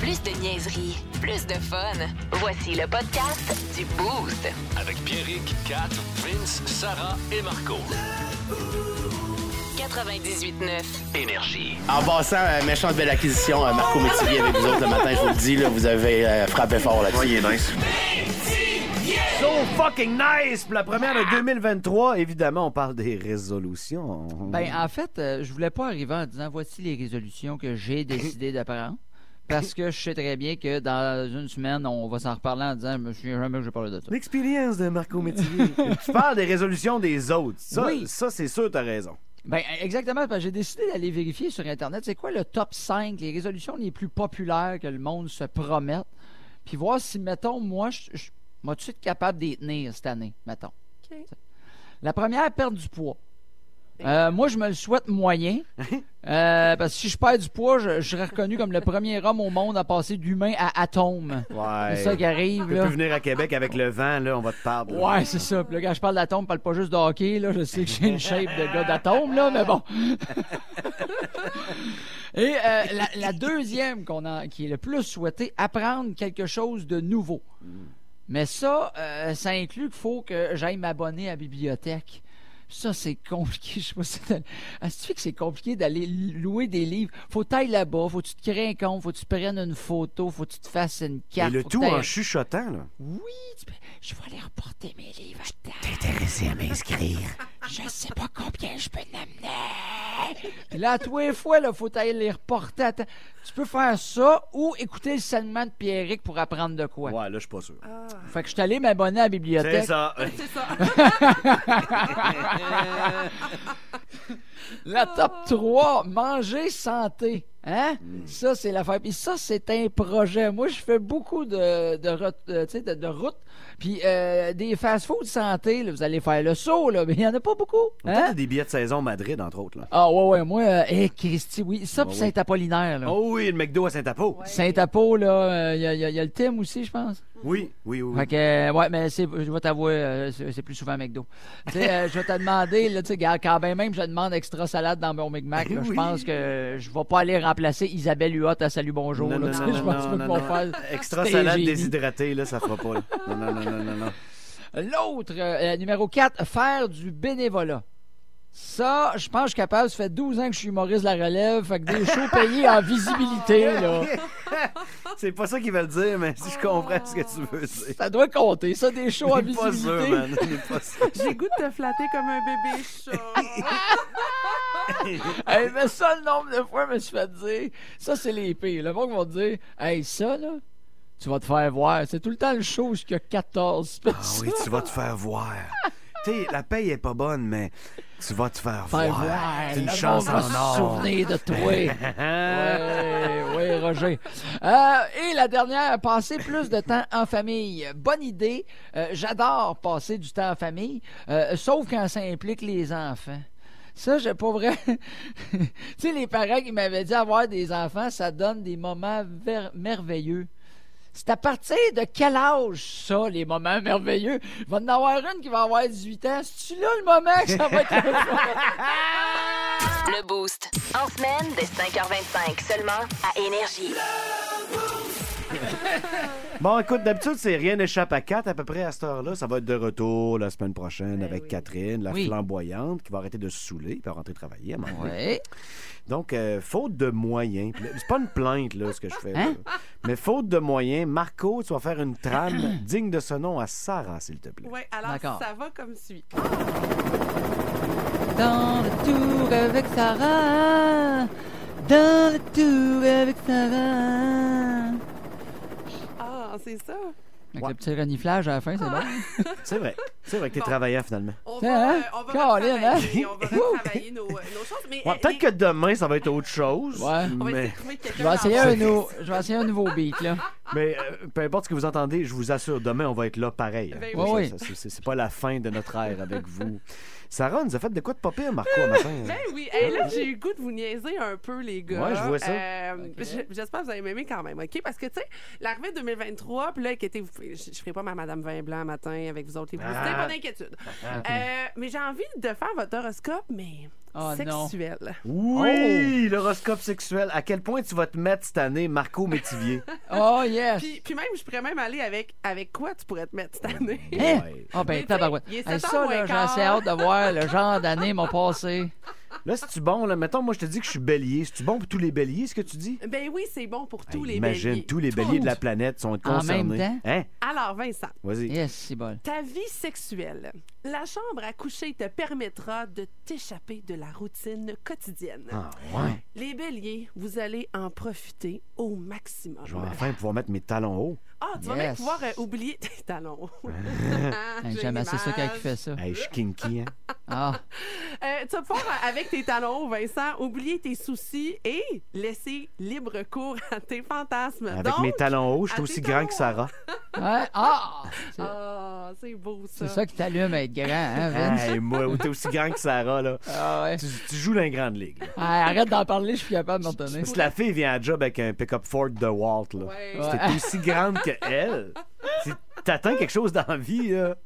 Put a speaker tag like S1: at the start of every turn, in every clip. S1: Plus de niaiserie, plus de fun. Voici le podcast du Boost.
S2: Avec Pierrick, Kat, Vince, Sarah et Marco.
S1: 98.9.
S2: Énergie.
S3: En passant, euh, méchante belle acquisition, euh, Marco Métivier avec vous autres le matin, je vous le dis, là, vous avez euh, frappé fort là-dessus.
S4: il est nice.
S5: So fucking nice! Pour la première de 2023, évidemment, on parle des résolutions.
S6: Ben, en fait, euh, je voulais pas arriver en disant voici les résolutions que j'ai décidé de prendre. Parce que je sais très bien que dans une semaine, on va s'en reparler en disant je me souviens jamais que j'ai parlé de ça.
S5: L'expérience de Marco Métivier. tu parles des résolutions des autres. Ça,
S6: Oui.
S5: ça c'est sûr, t'as raison.
S6: Ben, exactement, parce que j'ai décidé d'aller vérifier sur Internet c'est quoi le top 5, les résolutions les plus populaires que le monde se promette. Puis voir si, mettons, moi, je je- moi, tout de suite capable d'y tenir cette année, mettons. La première, perdre du poids. Euh, moi, je me le souhaite moyen. Euh, parce que si je perds du poids, je, je serai reconnu comme le premier homme au monde à passer d'humain à atome.
S5: Ouais.
S6: C'est ça qui
S5: Tu
S6: arrive,
S5: peux
S6: là.
S5: plus venir à Québec avec le vent, là, on va te perdre. là.
S6: Ouais, c'est ça. Puis là, quand je parle d'atome, je parle pas juste de hockey, là. Je sais que j'ai une shape de gars d'atome, là, mais bon. Et euh, la, la deuxième qu'on a, qui est le plus souhaitée, apprendre quelque chose de nouveau. Mais ça, euh, ça inclut qu'il faut que j'aille m'abonner à la bibliothèque. Ça, c'est compliqué. Je sais pas si t'as- Ah, c'est-tu que c'est compliqué d'aller louer des livres. Faut que t'ailles là-bas, faut que tu te crées un compte, faut que tu te prennes une photo, faut que tu te fasses une
S5: Et
S6: carte.
S5: le
S6: faut que
S5: tout
S6: t'ailles-
S5: en chuchotant, là.
S6: Oui, tu peux- je vais aller reporter mes livres à terre.
S5: Intéressé à m'inscrire.
S6: Je sais pas combien je peux l'amener. Puis là, à tous les fois, là, faut aller les reporter. à temps. Tu peux faire ça ou écouter le segment de Pierrick pour apprendre de quoi.
S5: Ouais, là, je suis pas sûr.
S6: Fait que je suis allé m'abonner à la bibliothèque.
S5: C'est ça.
S6: La top 3, manger santé. Hein? Ça, c'est l'affaire. Puis ça, c'est un projet. Moi, je fais beaucoup de, de, route- euh, tu sais, de, de routes. Puis euh, des fast-food santé, là, vous allez faire le saut, là, mais il n'y en a pas beaucoup.
S5: T'as
S6: Hein?
S5: des billets de saison Madrid, entre autres, là.
S6: Ah ouais, ouais, moi, euh, eh, Christy, oui. Ça, puis
S5: oui.
S6: Saint-Apollinaire, là.
S5: Oh oui, le McDo à Saint-Apo.
S6: Saint-Apo, là, il y, a- y a le thème aussi, je pense.
S5: Oui, oui, oui. oui.
S6: Fait que, euh, ouais, mais c'est, je vais t'avouer, euh, c'est, c'est plus souvent McDo. Tu sais, euh, je vais te demander, là, tu sais, regarde, quand ben même je demande extra salade dans mon Big Mac, là, je
S5: Eh Oui.
S6: pense que je vais pas aller remplacer Isabelle Huot à Salut Bonjour,
S5: Non,
S6: là,
S5: non,
S6: tu sais,
S5: non,
S6: je
S5: non,
S6: pense
S5: non,
S6: pas
S5: non,
S6: qu'on va
S5: non.
S6: faire
S5: Extra
S6: c'était
S5: salade
S6: génie.
S5: déshydratée, là, ça fera pas. là. Non, non, non, non, non, non.
S6: L'autre, euh, numéro 4, faire du bénévolat. Ça, je pense que je suis capable. Ça fait 12 ans que je suis Maurice la relève. Fait que des shows payés en visibilité, là.
S5: C'est pas ça qu'ils veulent dire, mais si je comprends ce que tu veux dire.
S6: Ça doit compter, ça, des shows en
S5: On est pas
S6: Ah, visibilité.
S5: sûr, man. On est pas sûr.
S7: J'ai goût de te flatter comme un bébé chat.
S6: Hey, mais ça, le nombre de fois, je me suis fait dire. Ça, c'est les pires. Le monde va te dire, hey, ça, là, tu vas te faire voir. C'est tout le temps le show où il y a 14
S5: Ah
S6: personnes.
S5: oui, tu vas te faire voir. Tu sais, la paye est pas bonne, mais tu vas te faire
S6: Faire
S5: voir.
S6: voir.
S5: C'est une
S6: Le
S5: chance
S6: monde va
S5: en
S6: se
S5: or.
S6: souvenir de toi. Ouais, ouais, Roger. Euh, et la dernière, passer plus de temps en famille. Bonne idée. Euh, J'adore passer du temps en famille, euh, sauf quand ça implique les enfants. Ça, j'ai pas vrai. tu sais, les parents qui m'avaient dit avoir des enfants, ça donne des moments ver- merveilleux. C'est à partir de quel âge, ça, les moments merveilleux? Il va en avoir une qui va avoir 18 ans. C'est-tu là le moment que ça va être le fun?
S1: Le Boost. En semaine, dès 5h25 seulement à Énergie.
S5: Bon, écoute, d'habitude, c'est rien n'échappe à 4 à peu près à cette heure-là. Ça va être de retour la semaine prochaine avec Catherine, la
S6: Ben Oui.
S5: flamboyante, qui va arrêter de se saouler puis va rentrer travailler à un moment donné.
S6: Ouais.
S5: Donc, euh, faute de moyens, puis là, c'est pas une plainte, là, ce que je fais.
S6: Hein?
S5: là. Mais faute de moyens, Marco, tu vas faire une trame digne de ce nom à Sarah, s'il te plaît.
S7: Oui, alors
S6: D'accord.
S7: ça va comme suit.
S6: Dans le tour avec Sarah. Dans le tour avec Sarah.
S7: Ah, c'est ça.
S6: Avec
S5: Ouais.
S6: le petit reniflage à la fin, c'est bon.
S7: Ah.
S5: C'est vrai. C'est vrai que t'es
S7: Bon.
S5: travaillant, finalement.
S7: On
S6: Tiens,
S7: va,
S6: hein?
S7: euh, on va
S6: Caroline,
S7: retravailler,
S6: hein?
S7: on va retravailler nos, euh, nos choses. Mais,
S5: Ouais,
S7: euh,
S5: Peut-être que demain, ça va être autre chose.
S6: Ouais.
S7: on va essayer Ah.
S5: Mais,
S7: de trouver quelqu'un
S6: Je vais essayer
S7: dans-
S6: un, nou- je vais essayer un nouveau beat, là.
S5: mais, euh, peu importe ce que vous entendez, je vous assure, demain, on va être là pareil.
S7: Ben
S5: Ça,
S6: oui.
S5: ça, c'est- c'est c'est pas la fin de notre ère avec vous. Sarah nous a fait de quoi de pas pire, Marco, à matin. hein?
S7: Ben oui, Hey, là j'ai eu le goût de vous niaiser un peu les gars.
S5: Ouais, je vois ça.
S7: Euh, j- J'espère que vous allez m'aimer quand même, ok Parce que tu sais, l'arrivée 2023, puis là, inquiétez-vous, je, je ferai pas ma Madame Vin Blanc matin avec vous autres les boostés,
S5: Ah.
S7: euh, pas d'inquiétude. Euh, mais j'ai envie de faire votre horoscope, mais
S6: Ah, Oh non.
S7: sexuel.
S5: Oui,
S7: oh.
S5: l'horoscope sexuel. À quel point tu vas te mettre cette année, Marco Métivier?
S6: Oh yes.
S7: Puis, puis même, je pourrais même aller avec avec quoi tu pourrais te mettre cette année.
S6: Hein?
S5: Ouais.
S6: Ah ben
S7: Mais
S6: tabarouette.
S7: tu sais, il est
S6: Hey,
S7: 7
S6: ça,
S7: heures
S6: là,
S7: moins
S6: j'ai
S7: quart.
S6: assez hâte de voir le genre d'année m'ont passé.
S5: Là, c'est-tu bon? Là? Mettons, moi, je te dis que je suis bélier. C'est-tu bon pour tous les béliers, ce que tu dis?
S7: Ben oui, c'est bon pour tous
S5: Hey,
S7: les
S5: Imagine,
S7: béliers.
S5: tous les béliers de la planète sont concernés.
S6: même temps?
S5: Hein?
S7: Alors, Vincent,
S5: Vas-y.
S6: Yes, c'est bon.
S7: ta vie sexuelle, la chambre à coucher te permettra de t'échapper de la routine quotidienne.
S5: Ah, ouais.
S7: Les béliers, vous allez en profiter au maximum.
S5: Je vais enfin pouvoir mettre mes talons hauts.
S7: Ah, tu vas
S6: Yes.
S7: même pouvoir euh, oublier tes talons. J'ai
S6: J'aime
S7: une
S6: assez ça quand
S7: image.
S6: il fait ça.
S5: Hey, je suis kinky, hein?
S6: Ah,
S7: Euh, tu vas pouvoir, euh, avec tes talons, hauts, Vincent, oublier tes soucis et laisser libre cours à tes fantasmes.
S5: Avec
S7: Donc- ah,
S5: mes talons hauts, je suis
S7: à
S5: aussi
S7: tes
S5: grand que
S7: talons.
S5: Sarah.
S6: ouais. ah! C'est-
S7: Ah, c'est beau ça.
S6: C'est ça qui t'allume à être grand, hein, Vince?
S5: Hey, moi, t'es aussi grand que Sarah, là.
S6: Ah ouais.
S5: Tu, tu joues dans la grande ligue. là.
S6: Hey, arrête d'en parler, je suis capable de m'en tenir.
S5: Parce que la fille vient à job avec un pick-up Ford de Walt, là.
S7: Ouais.
S5: Si T'es aussi grande que elle. Si T'attends quelque chose dans la vie, là.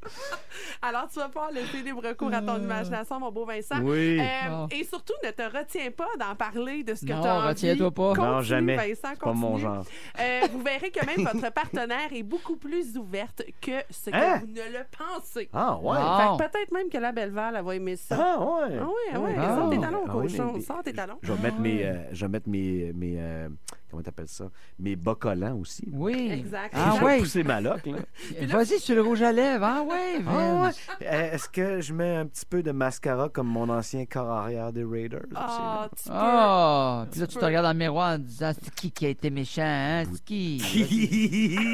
S7: Alors, tu vas pouvoir laisser libre cours à ton imagination, mon beau Vincent.
S5: Oui.
S7: Euh,
S6: Euh. Bon.
S7: Et surtout, ne te retiens pas d'en parler de ce que tu as
S6: Non,
S7: envie.
S6: retiens-toi pas.
S7: Continue,
S5: Non, jamais.
S7: Vincent,
S5: C'est pas mon
S7: continue.
S5: genre.
S7: Euh, vous verrez que même votre partenaire est beaucoup plus ouverte que ce que
S5: Hein?
S7: vous ne le pensez.
S5: Ah, ouais.
S6: Ah.
S7: Fait que peut-être même que la belle-val, elle va aimer ça.
S5: Ah, ouais.
S7: Ah ouais, ah ouais,
S6: Ah.
S7: sors tes talons,
S5: Ah oui,
S7: cochon,
S5: mais-
S7: sors tes talons.
S5: Je vais mettre mes. euh, je vais mettre mes. mes euh, comment t'appelles ça? Mes bas collants aussi. là.
S6: Oui.
S7: Exact.
S6: Ah
S5: je vais
S6: ouais.
S5: pousser ma loque, là.
S6: Vas-y sur le rouge à lèvres. Ah ouais,
S5: Ah, ouais.
S6: Vince.
S5: Euh, Est-ce que je mets un petit peu de mascara comme mon ancien corps arrière des Raiders?
S7: Ah, tu peux.
S6: Ah! Puis Oh, là, tu te
S7: peux.
S6: regardes dans le miroir en disant c'est qui qui a été méchant, hein? C'est qui?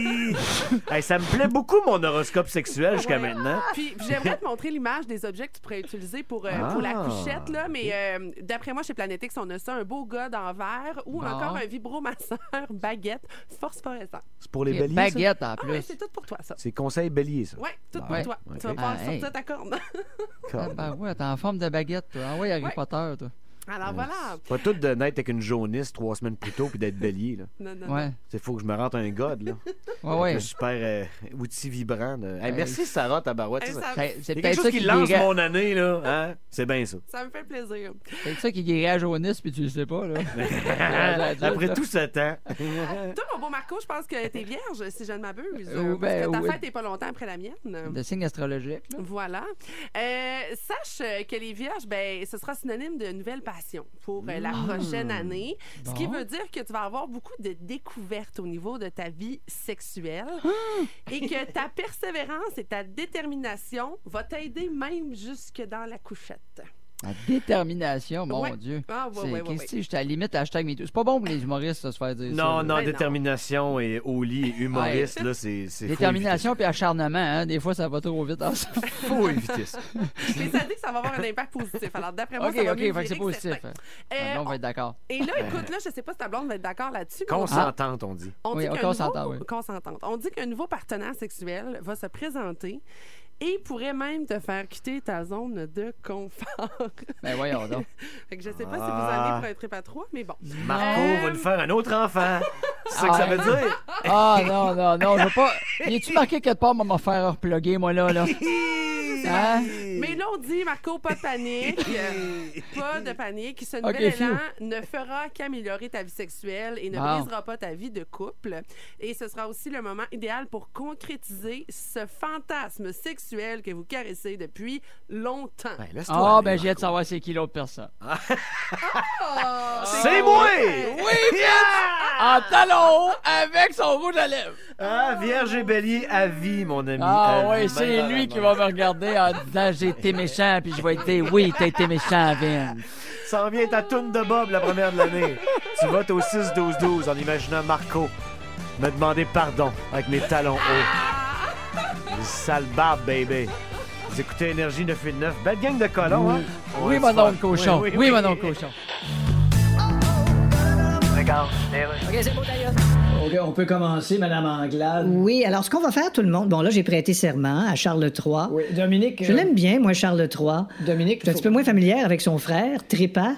S5: Hey, ça me plaît beaucoup, mon horoscope sexuel jusqu'à
S7: Ouais.
S5: maintenant.
S7: Puis puis j'aimerais te montrer l'image des objets que tu pourrais utiliser pour, euh,
S5: Ah.
S7: pour la couchette, là, mais euh, d'après moi, chez Planetix, on a ça, un beau gars en verre ou
S6: Bon.
S7: encore un vibromasseur baguette phosphorescent.
S5: C'est pour les
S6: Vas-y.
S5: béliers. ça?
S6: Baguette en
S7: Ah ouais,
S6: plus.
S7: c'est tout pour toi, ça.
S5: C'est conseil bélier, ça.
S7: Ouais, ben, tout
S5: Ouais.
S7: pour toi.
S5: Ouais.
S7: Tu vas pouvoir
S6: Ah,
S7: sortir
S6: hey.
S7: ta corne.
S5: Comme-
S6: Ah ouais, t'es en forme de baguette, toi. Ah ouais, Harry
S7: Ouais.
S6: Potter, toi.
S7: Alors voilà.
S5: Pas tout de naître avec une jaunisse trois semaines plus tôt puis d'être bélier, là.
S7: Non, non, non.
S6: Ouais.
S5: C'est faut que je me rentre un god, là.
S6: Ouais,
S5: Avec
S6: ouais.
S5: Le super euh, outil vibrant. de- Hey,
S6: Hey.
S5: merci, Sarah Tabarouette.
S7: Hey,
S5: Ça,
S7: ça,
S6: C'est- C'est
S5: Il y a
S6: peut-être
S5: quelque
S6: ça
S5: chose
S6: qui
S5: qui lance
S6: guérit-
S5: mon année, là. Hein? C'est bien ça.
S7: ça me fait plaisir.
S6: peut-être ça qui guérit à jaunisse, puis tu le sais pas, là.
S5: Après tout ce temps.
S7: Toi, mon beau Marco, je pense que t'es vierge, si je ne m'abuse.
S6: Euh, ben,
S7: parce que ta
S6: oui.
S7: fête n'est pas longtemps après la mienne.
S6: De signes astrologiques, là.
S7: Voilà. Euh, sache euh, que les vierges, ben, ce sera synonyme de nouvelle passion pour euh, la prochaine année, ce qui
S6: Mmh. Bon.
S7: veut dire que tu vas avoir beaucoup de découvertes au niveau de ta vie sexuelle
S6: Ah!
S7: et que ta persévérance et ta détermination va t'aider même jusque dans la couchette.
S6: La détermination, mon
S7: Ouais.
S6: Dieu.
S7: Ah, ouais,
S6: C'est-
S7: ouais, ouais,
S6: qu'est-ce que c'est? J'étais à la limite hashtag MeToo. C'est pas bon pour les humoristes de se faire dire ça.
S5: Non,
S6: là.
S5: non,
S7: Ben non.
S5: détermination et au lit et humoriste, là, c'est. c'est- faut
S6: Détermination puis acharnement, hein. Des fois, ça va trop vite ensemble.
S5: éviter ça. Faut éviter ça.
S7: Mais ça dit que ça va avoir un impact positif. Alors, d'après moi,
S6: OK,
S7: ça va
S6: OK,
S7: mieux
S6: fait que
S7: virer
S6: c'est
S7: que
S6: positif.
S7: certain.
S6: Ah,
S7: Euh,
S6: non, on va être d'accord.
S7: Et là, écoute, là, je sais pas si ta blonde va être d'accord là-dessus. mais on-
S5: Consentante, on dit.
S7: On
S6: Oui,
S7: dit
S6: on
S7: qu'un
S6: consentante,
S7: nouveau-
S6: oui.
S7: consentante. On dit qu'un nouveau partenaire sexuel va se présenter et pourrait même te faire quitter ta zone de confort.
S6: Ben voyons donc.
S7: fait que je sais pas
S5: Ah.
S7: si vous allez pour un trip à trois, mais bon.
S6: Ah.
S5: Marco
S7: Euh,
S5: va nous faire un autre enfant. C'est ça que ça veut dire?
S6: Ah non, non, non, je veux pas. Y est-tu marqué quelque part, on va me faire reploguer, moi, là, là? Hein?
S7: Mais là, on dit, Marco, pas de panique. euh, pas de panique. Ce nouvel
S6: Ok, phew.
S7: élan ne fera qu'améliorer ta vie sexuelle et ne
S6: Wow.
S7: brisera pas ta vie de couple. Et ce sera aussi le moment idéal pour concrétiser ce fantasme sexuel que vous caressez depuis longtemps.
S5: Ben, laisse-toi
S6: Ah,
S5: aller,
S6: ben j'ai hâte
S5: Marco.
S6: de savoir c'est qui l'autre personne.
S7: Ah!
S5: C'est moi!
S6: Oui, En talon avec son rouge à lèvres.
S5: Ah, Vierge et Bélier à vie, mon ami.
S6: Ah
S5: À vie,
S6: ouais,
S5: Ben,
S6: c'est
S5: main dans la
S6: lui qui
S5: main.
S6: va me regarder en disant j'ai été méchant, puis je vais dire oui, t'as été méchant, Vin.
S5: Ça revient ta toune de Bob la première de l'année. tu votes au 6-12-12 en imaginant Marco me demander pardon avec mes talons hauts. Une sale barbe, baby. Vous écoutez Énergie 989. Belle gang de colons, hein? On
S6: Oui,
S5: va
S6: mon
S5: se faire-
S6: oncle cochon.
S5: Oui,
S6: Oui, mon oncle cochon.
S4: OK, on peut commencer, Madame Anglade.
S8: Oui, alors ce qu'on va faire tout le monde, bon là j'ai prêté serment à Charles III.
S4: Dominique.
S8: Je
S4: euh,
S8: l'aime bien, moi Charles III.
S4: Dominique.
S8: Je suis un
S4: faut-
S8: petit peu moins familière avec son frère, Trépas.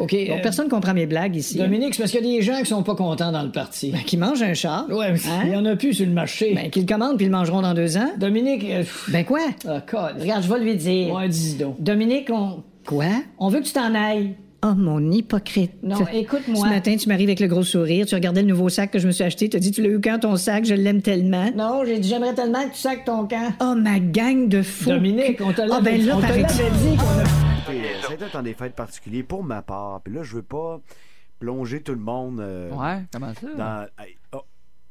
S4: OK.
S8: Bon,
S4: euh,
S8: personne comprend mes blagues ici.
S4: Dominique, c'est parce qu'il y a des gens qui sont pas contents dans le parti.
S5: Ben,
S8: Qui mange un char.
S4: Ouais, mais
S8: Hein?
S4: il y en a plus sur le marché.
S8: Ben, qu'ils le commandent puis ils le mangeront dans deux ans.
S4: Dominique. euh, pff,
S8: Ben quoi?
S4: Ah, code.
S8: Regarde, je vais lui dire.
S4: Ouais, dis donc.
S8: Dominique, on, Quoi?
S4: On veut que tu t'en ailles.
S8: Oh, mon hypocrite.
S4: Non, écoute-moi.
S8: Ce matin, tu m'arrives avec le gros sourire, tu regardais le nouveau sac que je me suis acheté, tu as dit, tu l'as eu quand ton sac, je l'aime tellement.
S4: Non, j'ai dit j'aimerais tellement que tu sacs ton camp.
S8: Oh, ma gang de fous.
S4: Dominique, on te
S8: Ah,
S4: l'avait
S8: ben là,
S4: on te
S8: paraît-
S4: l'avait dit qu'on a-
S5: Écoutez, euh, ça a été un temps des fêtes particulier pour ma part. Puis là, je veux pas plonger tout le monde euh,
S6: Ouais, comment ça?
S5: dans. Hey, oh,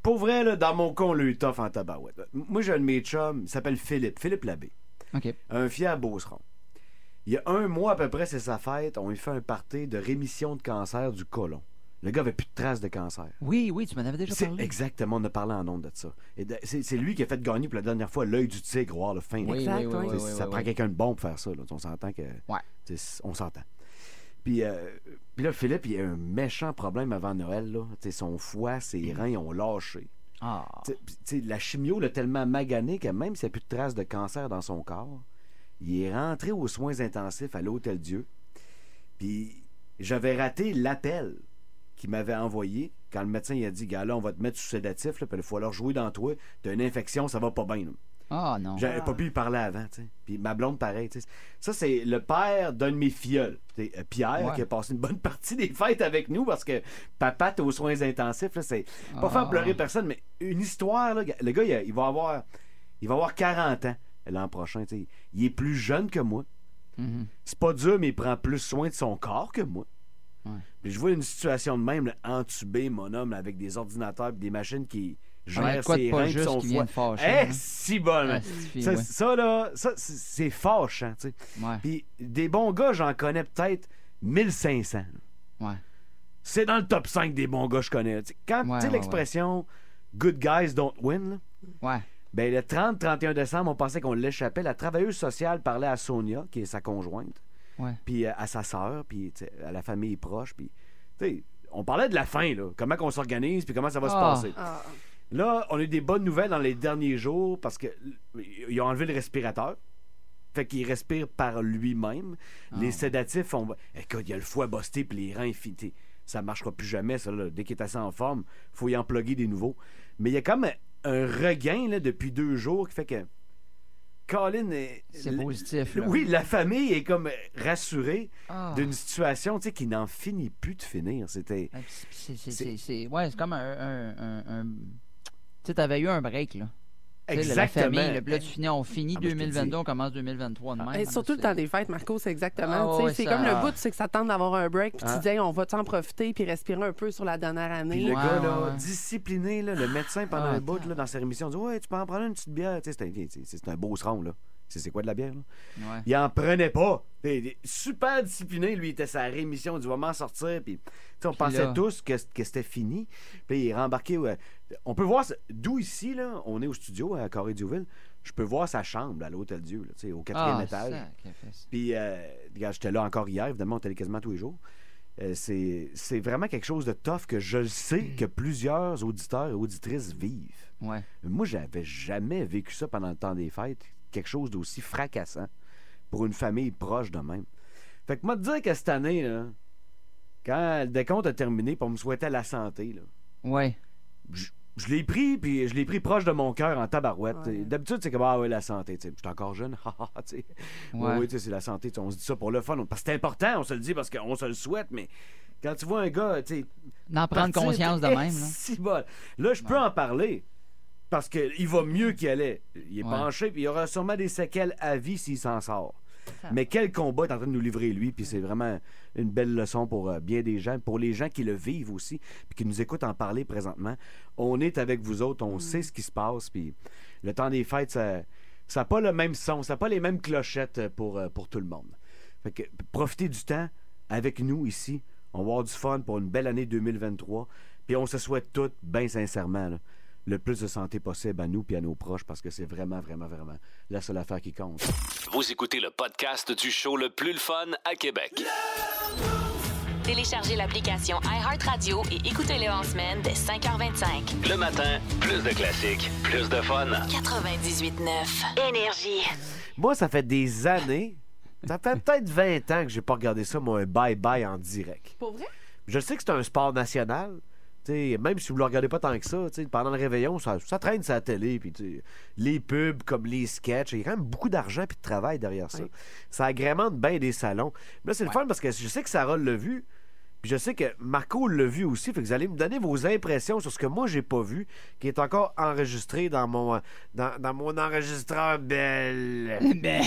S5: Pour vrai, là, dans mon con, on l'a eu tough en tabarouette. Moi, j'ai un de mes chums, il s'appelle Philippe, Philippe Labbé,
S6: OK.
S5: un fier beauceron. Il y a un mois à peu près, c'est sa fête, on lui fait un party de rémission de cancer du côlon. Le gars avait plus de traces de cancer.
S6: Oui, oui, tu m'en avais déjà
S5: C'est
S6: parlé.
S5: exactement, on a parlé en ondes de ça. Et de- C'est c'est lui qui a fait gagner pour la dernière fois l'œil du tigre, voir le fin.
S6: Oui,
S7: Exact,
S6: oui, oui,
S7: ouais.
S6: oui,
S5: Tu
S6: oui,
S5: sais,
S6: oui,
S5: ça
S6: oui.
S5: prend quelqu'un de bon pour faire ça. là. On s'entend que.
S6: Ouais.
S5: tu sais, On s'entend. Puis, euh, puis là, Philippe, il a un méchant problème avant Noël. Là. Tu sais, Son foie,
S7: Mm.
S5: ses reins ont lâché.
S6: Ah,
S5: Tu sais, puis, tu sais, la chimio l'a tellement magané que même s'il n'y a plus de traces de cancer dans son corps, il est rentré aux soins intensifs à l'Hôtel Dieu. Puis j'avais raté l'appel qu'il m'avait envoyé quand le médecin il a dit Gars, là, on va te mettre sous sédatif, là, puis il faut leur jouer dans toi. T'as une infection, ça va pas bien. là.
S6: ah non.
S5: J'avais pas pu y parler avant, tu sais. Puis ma blonde, pareil, tu sais. Ça, c'est le père d'un de mes filleuls, tu sais, euh, Pierre,
S6: Ouais.
S5: qui a passé une bonne partie des fêtes avec nous parce que papa, t'es aux soins intensifs, là, c'est pas
S6: Ah.
S5: faire pleurer personne, mais une histoire, là. Le gars, il, a- il va avoir il va avoir 40 ans l'an prochain, tu sais. Il est plus jeune que moi.
S6: Mhm.
S5: C'est pas dur, mais il prend plus soin de son corps que moi.
S6: Ouais.
S5: Puis je vois une situation de même, là, entubé, mon homme, là, avec des ordinateurs et des machines qui
S6: Ah, il y a
S5: gèrent
S6: de quoi de
S5: ses
S6: pas
S5: reins et
S6: juste
S5: son
S6: qui vient
S5: foie.
S6: de fâcher,
S5: Eh,
S6: hein?
S5: si bon, man.
S6: Ah, c'est-
S5: Ça,
S6: ouais.
S5: ça, là, ça, c'est- c'est fâchant, tu sais.
S6: Ouais.
S5: Puis des bons gars, j'en connais peut-être 1500.
S6: Ouais.
S5: C'est dans le top 5 des bons gars que je connais. Tu sais, Quand
S6: Ouais,
S5: tu sais
S6: ouais,
S5: l'expression Good guys don't win », là,
S6: Ouais.
S5: ben, le 30-31 décembre, on pensait qu'on l'échappait. La travailleuse sociale parlait à Sonia, qui est sa conjointe,
S6: Ouais.
S5: puis euh, à sa sœur, puis tu sais, à la famille proche. Puis, tu sais, on parlait de la fin, là, comment qu'on s'organise, puis comment ça va se
S6: Ah.
S5: passer.
S7: Ah,
S5: Là, on a eu des bonnes nouvelles dans les derniers jours parce que l- ils ont enlevé le respirateur. Fait qu'il respire par lui-même.
S6: Ah.
S5: Les sédatifs ont. Écoute, il y a le foie busté puis les reins fités. Ça marchera plus jamais, ça. là. Dès qu'il est assez en forme, faut y en plugger des nouveaux. Mais il y a comme un- un regain là, depuis deux jours qui fait que. Colin. est-
S6: C'est
S5: l-
S6: positif. Là.
S5: Oui, la famille est comme rassurée
S6: Ah.
S5: d'une situation tu sais, qui n'en finit plus de finir. C'était.
S6: Ah, puis C'est, c'est,
S5: C'est-
S6: c'est, c'est- ouais, c'est comme un. un, un, un- Tu sais, t'avais eu un break, là. Tu sais, la-
S5: Exactement.
S6: La famille, là, puis là, tu finis, on finit
S5: Ah, moi, je te
S6: 2022,
S5: dis.
S6: on commence 2023 de même.
S7: Et
S6: là,
S7: Ben, surtout le
S6: c'est-
S7: temps des fêtes, Marco, c'est
S6: Ah,
S7: exactement. tu sais,
S6: ouais,
S7: c'est
S6: ça-
S7: comme le bout, c'est que ça tente d'avoir un break, puis
S5: Ah.
S7: tu dis, Hey, on va t'en profiter, puis respirer un peu sur la dernière
S5: Puis
S7: année.
S5: le
S6: Ouais,
S5: gars, là,
S6: ouais, ouais.
S5: discipliné, là, le médecin, pendant
S6: Ah,
S5: un bout, là, dans sa rémission, dit Ouais, tu peux en prendre une petite bière. Tu sais, C'est un, c'est- c'est un beau seron, là. C'est c'est quoi de la bière, là?
S6: Ouais.
S5: Il en prenait pas. Il est Super discipliné, lui, il était sa rémission du moment sortir. Puis, tu sais, on pensait
S6: là-
S5: tous que, que c'était fini. Puis, il est rembarqué. ouais. On peut voir, ce- d'où ici, là, on est au studio à corée diouville je peux voir sa chambre à l'Hôtel Dieu, là, tu sais, au quatrième
S6: Ah,
S5: étage.
S6: sacrifice.
S5: Puis, euh, regarde, j'étais là encore hier, évidemment, on était là quasiment tous les jours. Euh, c'est c'est vraiment quelque chose de tough que je le sais
S6: Hmm.
S5: que plusieurs auditeurs et auditrices vivent.
S6: Ouais.
S5: Moi, j'avais jamais vécu ça pendant le temps des fêtes, quelque chose d'aussi fracassant pour une famille proche de même. Fait que moi, te dire que cette année, là, quand le décompte a terminé, pour me souhaiter la santé, là,
S6: Ouais.
S5: je l'ai pris, puis je l'ai pris proche de mon cœur en tabarouette.
S7: Ouais.
S5: D'habitude, c'est comme, ah ouais, la santé, tu sais, je suis encore jeune, ah, ah, ah, tu sais. Oui,
S6: Ouais.
S5: oui, tu sais, c'est la santé. tu sais, On se dit ça pour le fun. on- Parce que c'est important, on se le dit parce qu'on se le souhaite, mais quand tu vois un gars, tu sais.
S6: D'en prendre
S5: partir,
S6: conscience de
S5: t'es-
S6: même,
S5: Eh,
S6: là.
S5: si bol. Là, je peux en parler. Parce qu'il va mieux qu'il allait. Il est
S6: Ouais.
S5: penché, puis il aura sûrement des séquelles à vie s'il s'en sort. Mais quel combat est en train de nous livrer, lui, puis c'est vraiment une belle leçon pour euh, bien des gens, pour les gens qui le vivent aussi, puis qui nous écoutent en parler présentement. On est avec vous autres, on sait ce qui se passe, puis le temps des fêtes, ça n'a pas le même son, ça n'a pas les mêmes clochettes euh, pour, euh, pour tout le monde. Fait que p- profitez du temps avec nous ici. On va avoir du fun pour une belle année 2023, puis on se souhaite toutes, bien sincèrement, là, le plus de santé possible à nous puis à nos proches, parce que c'est vraiment, vraiment, vraiment la seule affaire qui compte.
S2: Vous écoutez le podcast du show le plus le fun à Québec.
S1: Téléchargez l'application iHeartRadio et écoutez-le en semaine dès 5h25.
S2: Le matin, plus de classiques, plus de fun.
S1: 98.9. Énergie.
S5: Moi, ça fait des années. Ça fait peut-être 20 ans que j'ai pas regardé ça, moi, un bye-bye en direct.
S7: Pour vrai?
S5: Je sais que c'est un sport national. Tu sais, même si vous ne le regardez pas tant que ça, tu sais, pendant le réveillon, ça, ça traîne sa télé. Puis tu sais, les pubs comme les sketchs, il y a quand même beaucoup d'argent puis de travail derrière ça. Ça agrémente bien des salons. Mais là, c'est le fun parce que je sais que Sarah l'a vu. Puis je sais que Marco l'a vu aussi, fait que vous allez me donner vos impressions sur ce que moi j'ai pas vu, qui est encore enregistré dans mon euh, dans, dans mon enregistreur Bell.
S7: Ben,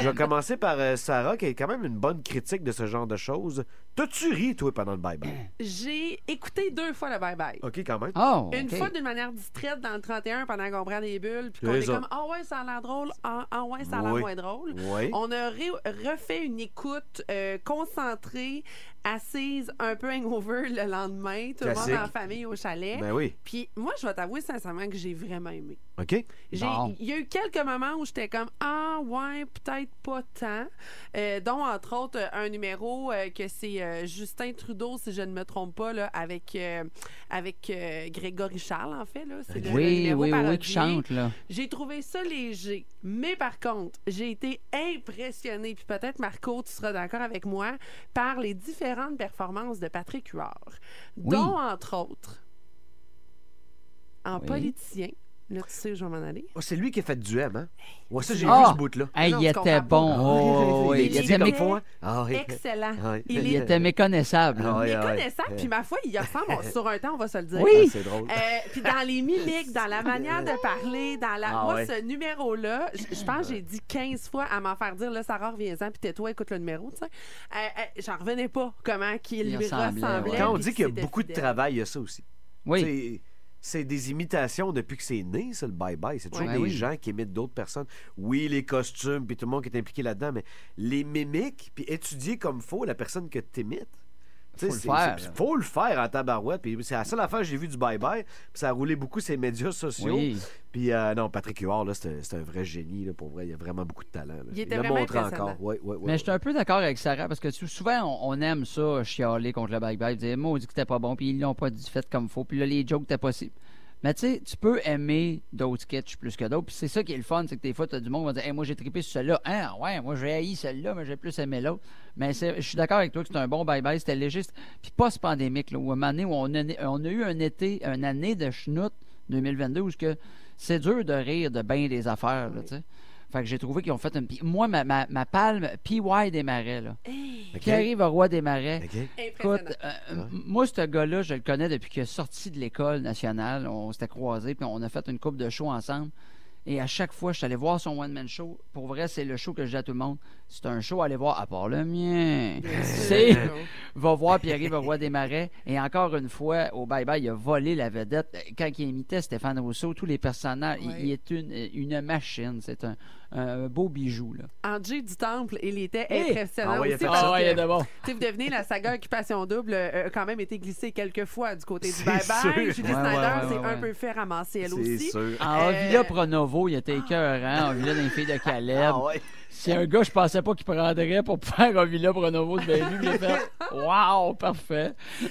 S5: Je vais commencer par euh, Sarah, qui est quand même une bonne critique de ce genre de choses. T'as-tu ri, toi, pendant le bye-bye?
S7: J'ai écouté deux fois le Bye Bye.
S5: OK, quand même.
S6: Oh,
S7: Une
S6: OK.
S7: fois d'une manière distraite dans le 31 pendant qu'on prend des bulles, puis qu'on
S5: Les
S7: est
S5: autres.
S7: comme Ah ouais, ça a l'air drôle, ah, ah ouais, ça a l'air
S5: Oui.
S7: moins drôle.
S5: Oui.
S7: On a ré- refait une écoute euh, concentrée, assise, un peu hangover le lendemain, tout le
S5: Classique.
S7: monde en famille au chalet.
S5: Ben oui.
S7: Puis moi, je vais t'avouer sincèrement que j'ai vraiment aimé.
S5: OK?
S7: J'ai-
S6: Bon.
S7: Il y a eu quelques moments où j'étais comme Ah, ouais, peut-être pas tant. Euh, dont, entre autres, euh, un numéro euh, que c'est euh, Justin Trudeau, si je ne me trompe pas, là, avec, euh, avec euh, Grégory Charles, en fait. Là. C'est le- le
S6: Oui,
S7: numéro
S6: oui, oui, qui
S7: parodié.
S6: chante, là.
S7: J'ai trouvé ça léger. Mais par contre, j'ai été impressionnée, puis peut-être, Marco, tu seras d'accord avec moi, par les différentes performances de Patrick Huard,
S6: Oui.
S7: dont, entre autres, en
S6: Oui.
S7: politicien. Là, tu sais où je vais m'en aller.
S5: Oh, c'est lui qui a fait du M, hein? Ouais, ça, j'ai
S6: Ah!
S5: vu ce bout-là.
S6: Hey,
S7: Non,
S6: il
S7: tu
S6: était
S7: comprends
S6: bon.
S7: pas.
S6: Oh, oui,
S7: Il
S6: il,
S7: dit
S6: était
S7: comme
S6: mé-
S7: faut, hein?
S5: Ah, oui.
S7: Excellent.
S5: Ah, oui.
S7: Il
S6: il
S7: est
S6: était méconnaissable. là.
S5: Ah, oui, ah, oui.
S7: méconnaissable, puis ma foi, il ressemble sur un temps, on va se le dire.
S6: Oui.
S5: Ah, c'est drôle.
S7: Euh, puis dans les mimiques, dans la manière de parler, dans la.
S5: Ah
S7: Moi,
S5: ouais.
S7: ce numéro-là, j- je pense que j'ai dit 15 fois à m'en faire dire, là, Sarah, reviens-en, puis tais-toi, écoute le numéro, tu sais. Euh, euh, J'en revenais pas comment qu'il
S6: Il
S7: lui
S6: ressemblait,
S7: ressemblait.
S6: ouais.
S5: Quand on
S7: puis
S5: dit
S7: que
S5: qu'il y a
S7: c'était
S5: beaucoup de
S7: fidèle.
S5: travail, il y a ça aussi.
S6: Oui.
S5: C'est- C'est des imitations depuis que c'est né, ça, le bye-bye. C'est toujours
S6: Ouais.
S5: des
S6: Ben oui.
S5: gens qui imitent d'autres personnes. Oui, les costumes, puis tout le monde qui est impliqué là-dedans, mais les mimiques, puis étudier comme faut la personne que t'imites. Tu sais,
S6: Faut le
S5: c'est-
S6: faire,
S5: c'est-
S6: là.
S5: Faut le faire en tabarouette. Puis c'est la seule affaire que j'ai vue du bye-bye. Puis ça a roulé beaucoup ses médias sociaux.
S6: Oui.
S5: Puis euh, non, Patrick Huard, là, c'est un- c'est un vrai génie. Là, pour vrai, il a vraiment beaucoup de talent. là.
S7: Il était
S5: le
S7: vraiment
S5: montre
S7: impressionnant.
S5: encore. Ouais, ouais, ouais,
S6: Mais je suis
S5: ouais.
S6: un peu d'accord avec Sarah parce que tu- souvent on, on aime ça chialer contre le bye bye, dire moi dit que c'était pas bon, puis ils l'ont pas dit fait comme faut, puis là les jokes étaient possible. Mais tu sais, tu peux aimer d'autres sketchs plus que d'autres, puis c'est ça qui est le fun, c'est que des fois t'as du monde qui va dire Hey, moi j'ai trippé sur celui-là, hein ouais, moi j'ai haï celui-là, mais j'ai plus aimé l'autre. Mais c'est- je suis d'accord avec toi que c'était un bon bye bye, c'était légiste, puis post pandémique là, où un moment donné où on a, on a eu un été, une année de schnout 2022 où ce que c'est dur de rire de bien des affaires là, tu sais. Fait que j'ai trouvé qu'ils ont fait une. pi- Moi, ma, ma, ma palme, PY des marais, là.
S5: OK.
S6: Qui arrive au roi des marais.
S5: OK.
S7: Impressionnant.
S6: Écoute, euh, m- moi, ce gars-là, je le connais depuis qu'il est sorti de l'école nationale. On s'était croisés, puis on a fait une coupe de show ensemble. Et à chaque fois, je suis allé voir son one-man show. Pour vrai, c'est le show que je dis à tout le monde. C'est un show à aller voir, à part le mien. C'est... Va voir Pierre-Yves Roy des Marais. Et encore une fois, au Bye Bye, il a volé la vedette. Euh, Quand il imitait Stéphane Rousseau, tous les personnages, il-
S7: Ouais.
S6: il, est une, euh, une machine. C'est un, un beau bijou, là.
S7: André du Temple, il était
S6: Hey!
S7: impressionnant
S5: Ah ouais, il a
S7: aussi.
S5: fait
S7: parce
S5: ça.
S7: que-
S5: Ah ouais, il est de
S6: Eh! bon.
S7: Tu sais, vous devenez la saga Occupation Double euh, a quand même été glissée quelques fois du côté du
S5: C'est
S7: bye-bye.
S5: sûr.
S7: Julie
S6: Ouais, ouais,
S7: Snyder
S6: ouais,
S7: s'est
S6: ouais,
S7: un
S6: ouais.
S7: peu fait ramasser elle
S5: C'est
S7: aussi.
S5: sûr.
S6: En
S7: Euh,
S6: Ovila Pronovo, il était écœurant. Ovila d'un fille de Caleb.
S5: Ah ouais.
S6: C'est un gars, je pensais pas qu'il prendrait pour faire Ovila Pronovo de Bellu. Il a fait Wow, parfait.
S7: Un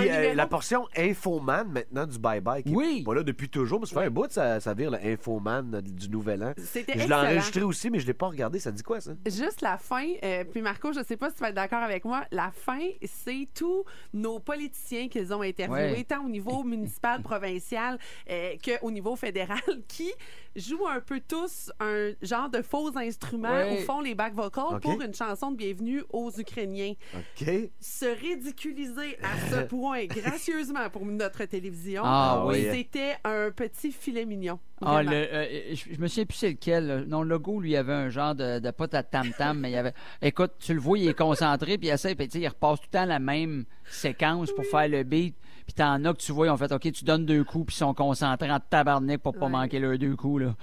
S5: Puis, euh,
S7: numéro-
S5: la portion Infoman maintenant du Bye Bye. Qui
S6: Oui.
S5: Est pas là depuis toujours. Mais ça fait un bout, ça, ça vire le Infoman euh, du Nouvel An.
S7: C'était
S5: Je l'ai
S7: excellent.
S5: enregistré aussi, mais je l'ai pas regardé. Ça dit quoi, ça?
S7: Juste la fin, euh, puis Marco, je sais pas si tu vas être d'accord avec moi, la fin, c'est tous nos politiciens qu'ils ont interviewés,
S6: Ouais.
S7: tant au niveau municipal, provincial, euh, qu'au niveau fédéral, qui jouent un peu tous un genre de faux instrument
S6: Ouais.
S7: au fond les back vocals
S5: Ok.
S7: pour une chanson de bienvenue aux Ukrainiens.
S5: OK.
S7: se ridiculiser à ce point gracieusement pour notre télévision.
S6: Ah
S5: oui.
S7: C'était un petit filet mignon.
S6: Ah,
S7: vraiment.
S6: le- euh, je, je me souviens plus c'est lequel. là. Non, le logo, lui, avait un genre de, de pas de tam-tam, mais il y avait. Écoute, tu le vois, il est concentré, puis il essaie, puis tu sais, il repasse tout le temps la même séquence pour faire le beat. Puis t'en as que tu vois, en fait, OK, tu donnes deux coups, puis ils sont concentrés en tabarnak pour pas
S7: Ouais.
S6: manquer leurs deux coups, là.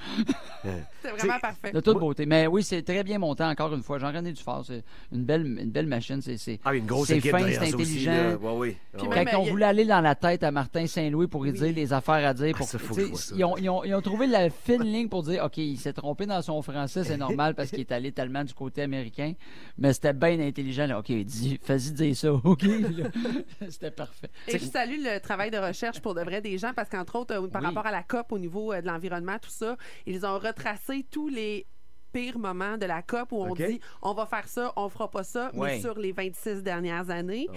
S7: C'était vraiment
S5: c'est-
S7: parfait.
S6: De toute beauté. Mais oui, c'est très bien monté, encore une fois. Jean-René Dufort, c'est une belle, une belle machine. C'est, c'est,
S5: Ah, il y a une grosse
S6: c'est
S5: équipe
S6: fin,
S5: derrière
S6: c'est
S5: ça aussi,
S6: intelligent.
S5: là. Ouais, oui. Ah,
S7: Puis
S5: ouais.
S7: même-
S6: Quand
S7: il-
S6: on voulait aller dans la tête à Martin Saint-Louis pour lui dire les affaires à dire, pour
S5: Ah, ça, faut
S6: tu
S5: que je vois
S6: sais,
S5: ça.
S6: ils, ont, ils ont- ils ont trouvé la fine ligne pour dire OK, il s'est trompé dans son français, c'est normal parce qu'il est allé tellement du côté américain, mais c'était bien intelligent. Là. OK, dis, fais-y dire ça, OK. là. c'était parfait.
S7: Et je salue le travail de recherche pour de vrai des gens parce qu'entre autres, euh, par
S6: Oui.
S7: rapport à la COP au niveau euh, de l'environnement, tout ça, ils ont retracé tous les pires moments de la COP où on
S5: OK.
S7: dit on va faire ça, on fera pas ça,
S6: Ouais.
S7: mais sur les 26 dernières années.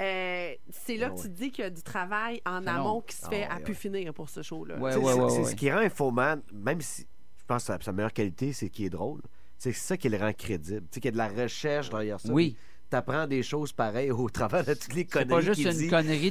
S7: Euh, c'est là que tu te dis qu'il y a du travail en
S6: Ah non.
S7: amont qui se fait
S6: Ah
S7: à
S6: ouais,
S7: pu finir pour ce show-là.
S6: Ouais,
S5: C'est
S6: ouais,
S5: c'est-
S6: ouais,
S5: c'est
S6: ouais.
S5: ce qui rend Infoman, même si je pense que sa, sa meilleure qualité, c'est qu'il est drôle. C'est ça qui le rend crédible. Tu sais, qu'il y a de la recherche derrière ça.
S6: Oui.
S5: Tu apprends des choses pareilles au travers de toutes les
S6: C'est
S5: conneries.
S6: pas juste
S5: qu'il
S6: une
S5: dit.
S6: connerie euh,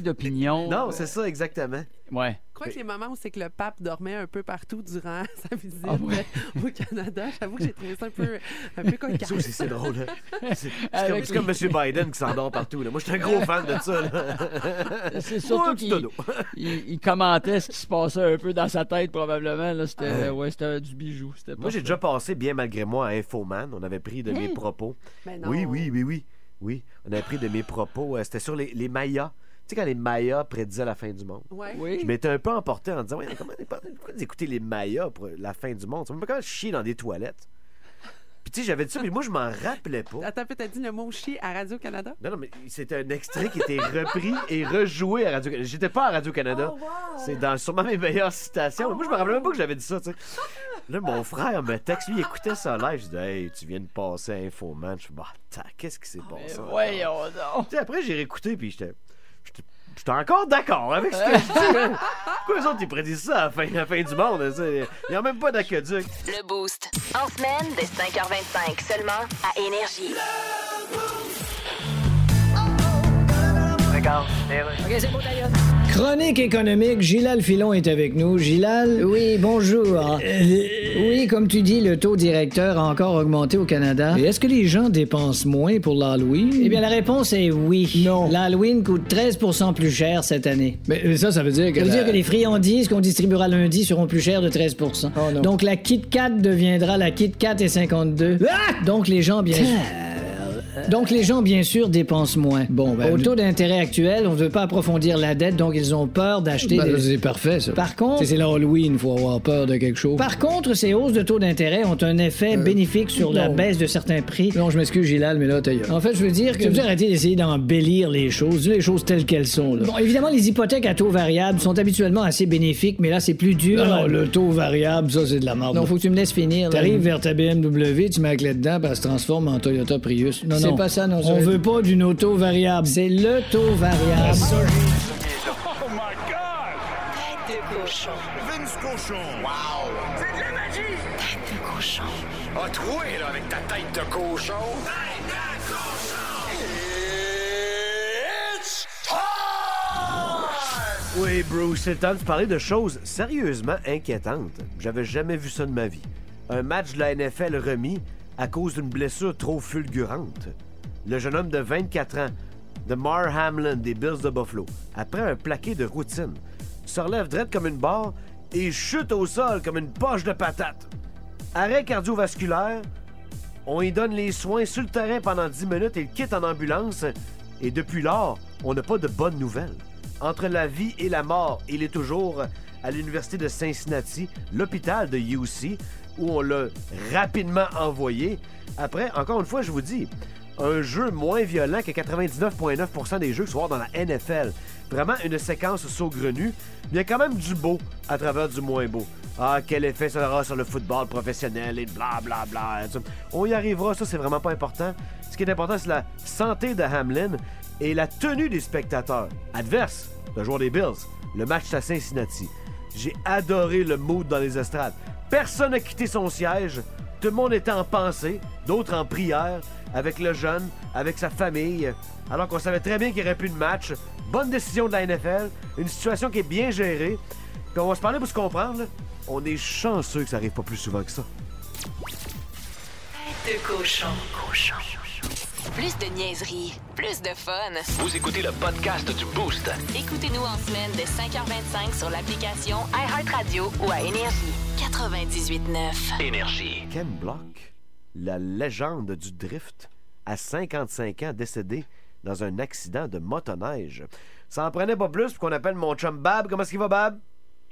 S6: d'opinion.
S5: Non, c'est ça, exactement.
S6: Ouais.
S7: Je crois que les moments où c'est que le pape dormait un peu partout durant sa visite
S6: Ah ouais.
S7: au Canada, j'avoue que j'ai trouvé ça un peu, un peu cocasse.
S5: Ça aussi, c'est drôle. hein. C'est c'est comme,
S6: Avec
S5: c'est comme
S6: les-
S5: M. Biden qui s'endort partout. là. Moi, je suis un gros fan de ça. là.
S6: C'est
S5: Moi, un
S6: surtout
S5: petit
S6: qu'il
S5: dodo.
S6: il, il commentait ce qui se passait un peu dans sa tête, probablement. Là, c'était, ouais, c'était du bijou. C'était
S5: Ah. Moi, j'ai déjà passé, bien malgré moi, à Infoman. On avait pris de mes propos.
S7: Mais non.
S5: Oui, oui, oui, oui. Oui, on avait pris de mes propos. euh, C'était sur les, les Mayas. Tu sais, quand les Mayas prédisaient la fin du monde.
S7: Ouais.
S6: Oui.
S5: Je m'étais un peu emporté en disant, ouais, comment, pourquoi vous écoutez les Mayas pour la fin du monde? Ça me fait quand chier dans des toilettes. Puis tu sais, j'avais dit ça, mais moi, je m'en rappelais pas.
S7: Attends, peut-être dit le mot chier à Radio-Canada?
S5: Non, non, mais c'était un extrait qui était repris et rejoué à Radio-Canada. J'étais pas à Radio-Canada. C'est dans sûrement mes meilleures citations. mais moi, je me rappelais même pas que j'avais dit ça, tu sais. Là, mon frère me texte, lui, il écoutait ça en live. Je dis, hey, tu viens de passer à Infoman. Je suis, bah, tac, qu'est-ce qui s'est passé?
S6: Voyons donc.
S5: Tu sais, après, j'ai réécouté, puis j'étais. j'étais- J'étais encore d'accord avec ce que je dis. hein. Pourquoi les autres, ils prédisent ça à la fin, à la fin du monde? hein, c'est- Ils n'ont même pas d'aqueduc.
S1: Le Boost. En semaine dès 5h25 seulement à Énergie.
S4: Chronique économique, Gilal Filon est avec nous. Gilal.
S8: Oui, bonjour. Oui, comme tu dis, le taux directeur a encore augmenté au Canada.
S4: Et est-ce que les gens dépensent moins pour l'Halloween?
S8: Eh bien, la réponse est oui.
S4: Non.
S8: L'Halloween coûte 13 plus cher cette année.
S4: mais euh, ça, ça veut dire que.
S8: Ça veut
S4: la-
S8: dire que les friandises qu'on distribuera lundi seront plus chères de 13
S4: Oh non.
S8: Donc la Kit Kat deviendra la Kit Kat et 52.
S4: Ah!
S8: Donc les gens, bien Donc les gens, bien sûr, dépensent moins.
S4: Bon, ben,
S8: Au
S4: nous-
S8: taux d'intérêt actuel, on ne veut pas approfondir la dette, donc ils ont peur d'acheter
S4: Ben,
S8: des...
S4: C'est parfait, ça.
S8: Par contre-
S4: Tu sais, C'est l'Halloween, faut avoir peur de quelque chose.
S8: Par contre, ces hausses de taux d'intérêt ont un effet bénéfique sur la
S4: Euh, non.
S8: baisse de certains prix.
S4: Non, je m'excuse, Gilal, mais là, t'as
S8: En fait, je veux dire que...
S4: Tu veux arrêter d'essayer d'embellir les choses, dis les choses telles qu'elles sont, là.
S8: Bon, évidemment, les hypothèques à taux variable sont habituellement assez bénéfiques, mais là, c'est plus dur.
S4: Non, non, le taux variable, ça, c'est de la merde.
S8: Non, faut que tu me laisses finir. là.
S4: T'arrives vers ta BMW, tu mets la clé dedans, puis elle se transforme en Toyota Prius. Non,
S8: C'est
S4: non.
S8: pas ça, non, ça
S4: On
S8: va-
S4: veut pas d'une auto variable. Ah,
S8: C'est le taux variable.
S9: Vince Cochon. Wow! C'est de la magie! Tête de cochon. Ah, troué, là, avec ta tête de cochon. Tête de cochon! It's time!
S5: Oui, Bruce, c'est le temps de parler de choses sérieusement inquiétantes. J'avais jamais vu ça de ma vie. Un match de la NFL remis à cause d'une blessure trop fulgurante. Le jeune homme de 24 ans, de Mar Hamlin des Bills de Buffalo, après un plaqué de routine, se relève drette comme une barre et chute au sol comme une poche de patate. Arrêt cardiovasculaire, on y donne les soins sur le terrain pendant 10 minutes et le quitte en ambulance. Et depuis lors, on n'a pas de bonnes nouvelles. Entre la vie et la mort, il est toujours à l'université de Cincinnati, l'hôpital de UC, où on l'a rapidement envoyé. Après, encore une fois, je vous dis, un jeu moins violent que 99,9% des jeux que ce soir dans la NFL. Vraiment une séquence saugrenue, mais il y a quand même du beau à travers du moins beau. Ah, quel effet ça aura sur le football professionnel et blablabla. On y arrivera, ça c'est vraiment pas important. Ce qui est important, c'est la santé de Hamlin et la tenue des spectateurs. Adverse, le joueur des Bills, le match à Cincinnati. J'ai adoré le mood dans les estrades. Personne n'a quitté son siège. Tout le monde était en pensée, d'autres en prière, avec le jeune, avec sa famille. Alors qu'on savait très bien qu'il n'y aurait plus de match. Bonne décision de la NFL, une situation qui est bien gérée. Puis on va se parler pour se comprendre. là. On est chanceux que ça arrive pas plus souvent que ça.
S1: Plus de niaiserie, plus de fun.
S2: Vous écoutez le podcast du Boost.
S1: Écoutez-nous en semaine dès 5h25 sur l'application iHeartRadio ou à Énergie. 98.9.
S2: Énergie.
S5: Ken Block, la légende du drift, à 55 ans décédé dans un accident de motoneige. Ça en prenait pas plus pour qu'on appelle mon chum Bab. Comment est-ce qu'il va, Bab?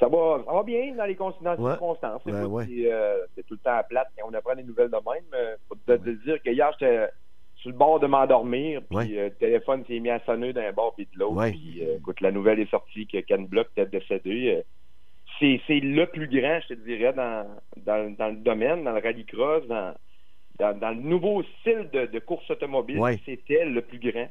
S10: Ça va, ça va bien dans les cons- dans les
S5: Ouais.
S10: circonstances.
S5: Ouais,
S10: Écoute,
S5: ouais.
S10: C'est euh, c'est tout le temps plate quand on apprend des nouvelles de même. mais Faut
S5: Ben
S10: te, te dire que hier, j'étais euh, sur le bord de m'endormir, puis
S5: Ouais.
S10: euh, le téléphone s'est mis à sonner d'un bord puis de l'autre.
S5: Ouais.
S10: Puis euh, écoute, la nouvelle est sortie que Ken Block était décédé. Euh, c'est c'est le plus grand, je te dirais, dans, dans, dans le domaine, dans le rallycross, dans, dans, dans le nouveau style de, de course automobile,
S5: Ouais.
S10: c'était le plus grand.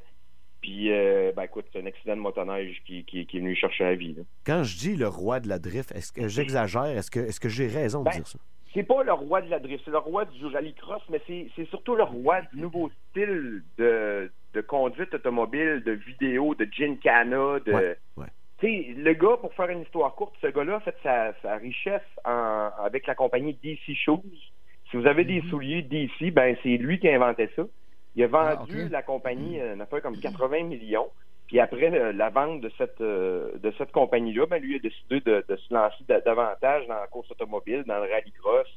S10: Puis, euh, ben écoute, c'est un accident de motoneige qui, qui, qui est venu chercher la vie. là.
S5: Quand je dis le roi de la drift, est-ce que j'exagère? Est-ce que, est-ce que j'ai raison de
S10: Ben,
S5: dire ça?
S10: C'est pas le roi de la drift, c'est le roi du rallycross, mais c'est c'est surtout le roi du nouveau style de, de conduite automobile, de vidéo, de gincana, de...
S5: Ouais, ouais.
S10: Tu sais, le gars, pour faire une histoire courte, ce gars-là a fait sa, sa richesse en- avec la compagnie DC Shoes. Si vous avez
S5: Mhm.
S10: des souliers DC, ben c'est lui qui a inventé ça. Il a vendu
S5: Ah,
S6: ok.
S10: la compagnie, euh, une affaire
S5: Mhm.
S10: comme 80 millions. Puis après le- la vente de cette euh, de cette compagnie-là, ben lui a décidé de, de se lancer da- davantage dans la course automobile, dans le rallycross,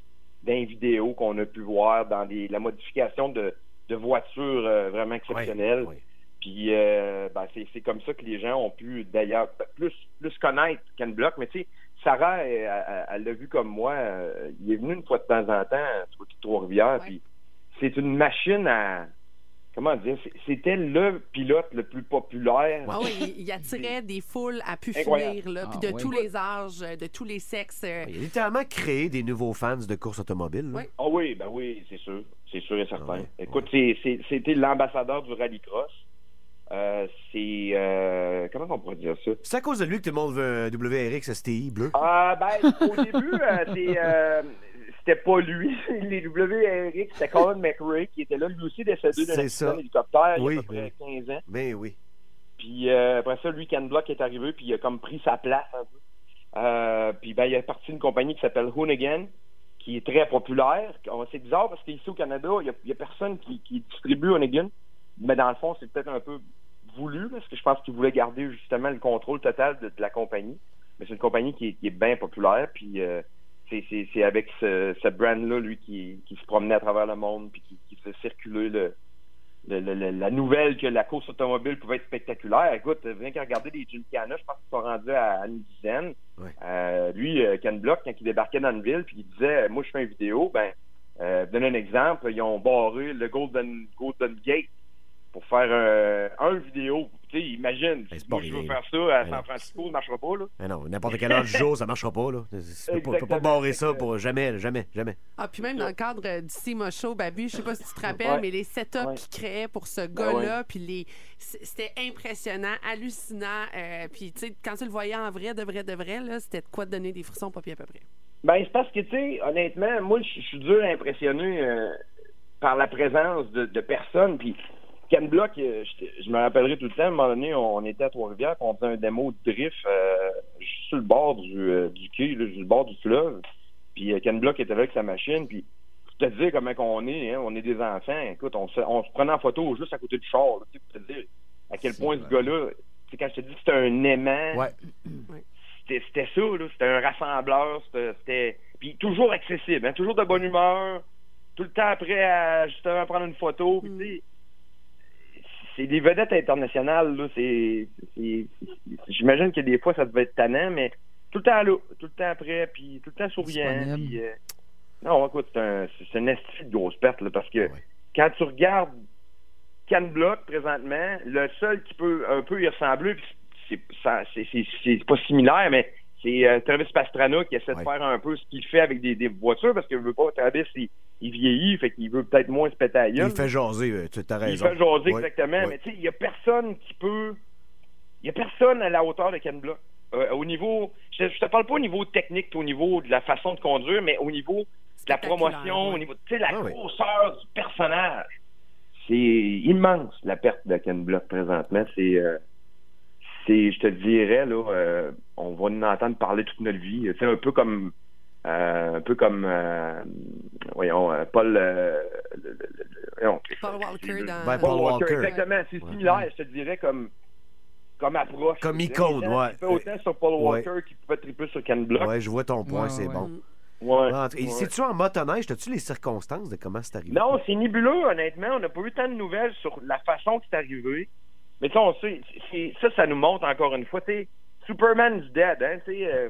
S10: dans les vidéos qu'on a pu voir, dans les- la modification de, de voitures euh, vraiment exceptionnelles.
S5: Ouais, ouais.
S10: Puis euh, ben, c'est, c'est comme ça que les gens ont pu d'ailleurs ben, plus plus connaître Ken Block. Mais tu sais, Sarah, elle, elle- elle l'a vu comme moi. euh, Il est venu une fois de temps en temps euh, sur Trois-Rivières.
S7: Ouais.
S10: Puis c'est une machine à comment dire. c'est- C'était le pilote le plus populaire.
S7: Ah oui, il- il attirait des foules à pu
S10: Incroyable.
S7: finir, là, puis
S6: Ah
S7: de
S6: ouais.
S7: tous les âges, de tous les sexes. euh,
S5: Il a littéralement créé des nouveaux fans de course automobile. là.
S7: Ouais.
S10: Ah oui, ben oui, c'est sûr. C'est sûr et certain.
S5: Ah ouais,
S10: Écoute, c'est- c'est- c'était l'ambassadeur du rallycross. Euh, c'est euh, comment on pourrait dire ça?
S5: C'est à cause de lui que tout le monde veut un WRX STI bleu.
S10: Ah ben, au début, euh, c'est, euh, c'était pas lui. Les WRX, c'était Colin McRae qui était là. Lui aussi décédé d'un
S5: C'est
S10: accident
S5: ça.
S10: d'hélicoptère il
S5: Oui,
S10: y a à peu près 15 ans.
S5: Mais Ben oui.
S10: Puis euh, après ça, lui, Ken Block est arrivé, puis il a comme pris sa place un peu. Euh, puis ben, il est parti d'une compagnie qui s'appelle Hoonigan, qui est très populaire. On- C'est bizarre parce qu'ici au Canada, il n'y a, personne qui, qui distribue Hoonigan. Mais dans le fond, c'est peut-être un peu voulu, parce que je pense qu'il voulait garder justement le contrôle total de, de la compagnie. Mais c'est une compagnie qui est, qui est bien populaire, puis euh, c'est- c'est c'est avec ce, ce brand-là, lui, qui, qui se promenait à travers le monde, puis qui, qui faisait circuler le, le- le- le- la nouvelle que la course automobile pouvait être spectaculaire. Écoute, rien qu'à regarder les Gymkhana, je pense qu'ils sont rendus à, à une dizaine.
S5: Ouais.
S10: Euh, lui, euh, Ken Block, quand il débarquait dans une ville, puis il disait, moi, je fais une vidéo, ben, euh, je vous donne un exemple, ils ont barré le Golden, Golden Gate pour faire euh, un vidéo. Tu sais, imagine,
S5: Ben, c'est
S10: moi,
S5: pas
S10: je veux
S5: arrivé.
S10: faire ça à
S5: Ben non.
S10: San Francisco, ça ne marchera pas, là.
S5: Mais non, n'importe quel âge du jour, ça marchera pas. Là. Tu peux pas- tu peux pas
S10: Exactement.
S5: barrer ça pour jamais, jamais, jamais.
S7: Ah, puis même dans le cadre euh, du CMA Show, Babu, je sais pas si tu te rappelles,
S10: Ouais.
S7: mais les setups
S10: Ouais.
S7: qu'il créait pour ce
S10: Ben
S7: gars-là, puis les... c- c'était impressionnant, hallucinant. euh, puis, tu sais, quand tu le voyais en vrai, de vrai, de vrai, là, c'était de quoi te donner des frissons, pas pire à peu près.
S10: Ben, c'est parce que, tu sais, honnêtement, moi, je je suis dur à impressionner euh, par la présence de, de personnes. Puis, Ken Block, euh, je je me rappellerai tout le temps, à un moment donné, on, on était à Trois-Rivières, puis on faisait un démo de drift euh, juste sur le bord du, euh, du quai, là, sur le bord du fleuve. Puis, euh, Ken Block était là avec sa machine, puis pour te dire comment qu'on est, hein, on est des enfants. Écoute, on se, on se prenait en photo juste à côté du char, là, tu sais, pour te dire à quel point ce gars-là, tu sais, quand je te dis que c'était un aimant,
S5: Ouais.
S10: c'était c'était ça, là. C'était un rassembleur. c'était- C'était. Puis toujours accessible, hein, toujours de bonne humeur. Tout le temps après à justement prendre une photo. Puis, tu sais, C'est des vedettes internationales, là. c'est c'est- c'est- J'imagine que des fois ça devait être tannant, mais tout le temps là, tout le temps après, puis tout le temps souriant.
S6: Disponible.
S10: puis, euh, Non, écoute, c'est un, c'est une esti de grosse perte, là, parce que
S5: Ouais.
S10: quand tu regardes Can Block présentement, le seul qui peut un peu y ressembler, puis c'est ça- c'est- c'est- c'est pas similaire, mais c'est euh, Travis Pastrana qui essaie
S5: Ouais.
S10: de faire un peu ce qu'il fait avec des, des voitures parce qu'il veut pas Travis, il, il vieillit, fait qu'il veut peut-être moins se péter à la gueule.
S5: Il fait jaser, euh, tu as
S10: Il
S5: raison.
S10: fait jaser
S5: Ouais,
S10: exactement,
S5: ouais.
S10: mais tu sais, il y a personne qui peut, il y a personne à la hauteur de Ken Block. Euh, au niveau, je, te- je te parle pas au niveau technique, au niveau de la façon de conduire, mais au niveau de la promotion, au niveau, tu sais, la
S5: Ah oui.
S10: grosseur du personnage. C'est immense la perte de Ken Block présentement. C'est, euh, c'est, je te dirais là, euh, on va en entendre parler toute notre vie. C'est un peu comme, euh, un peu comme, euh, voyons, euh, Paul, euh, le- le- le- le- voyons,
S7: Paul Walker dans...
S5: Ben,
S10: Paul
S5: Paul
S10: Walker,
S5: Walker.
S10: exactement. C'est
S5: Ouais.
S10: similaire, je te dirais, comme, comme approche.
S5: Comme
S10: Les
S5: icône,
S10: gens
S5: ouais.
S10: qui tripaient autant sur Paul
S5: Ouais.
S10: Walker qui peut triper sur Ken Block.
S5: Ouais, je vois ton point,
S4: Ouais,
S5: c'est
S4: ouais.
S5: bon.
S10: Ouais.
S5: Ah, en tout cas,
S10: Ouais.
S5: C'est-tu en motoneige? T'as-tu les circonstances de comment c'est arrivé?
S10: Non, c'est nébuleux, honnêtement. On n'a pas eu tant de nouvelles sur la façon que c'est arrivé. Mais tu sais, on sait, c'est- ça, ça nous montre encore une fois. tu sais, Superman's dead, hein, tu sais. euh,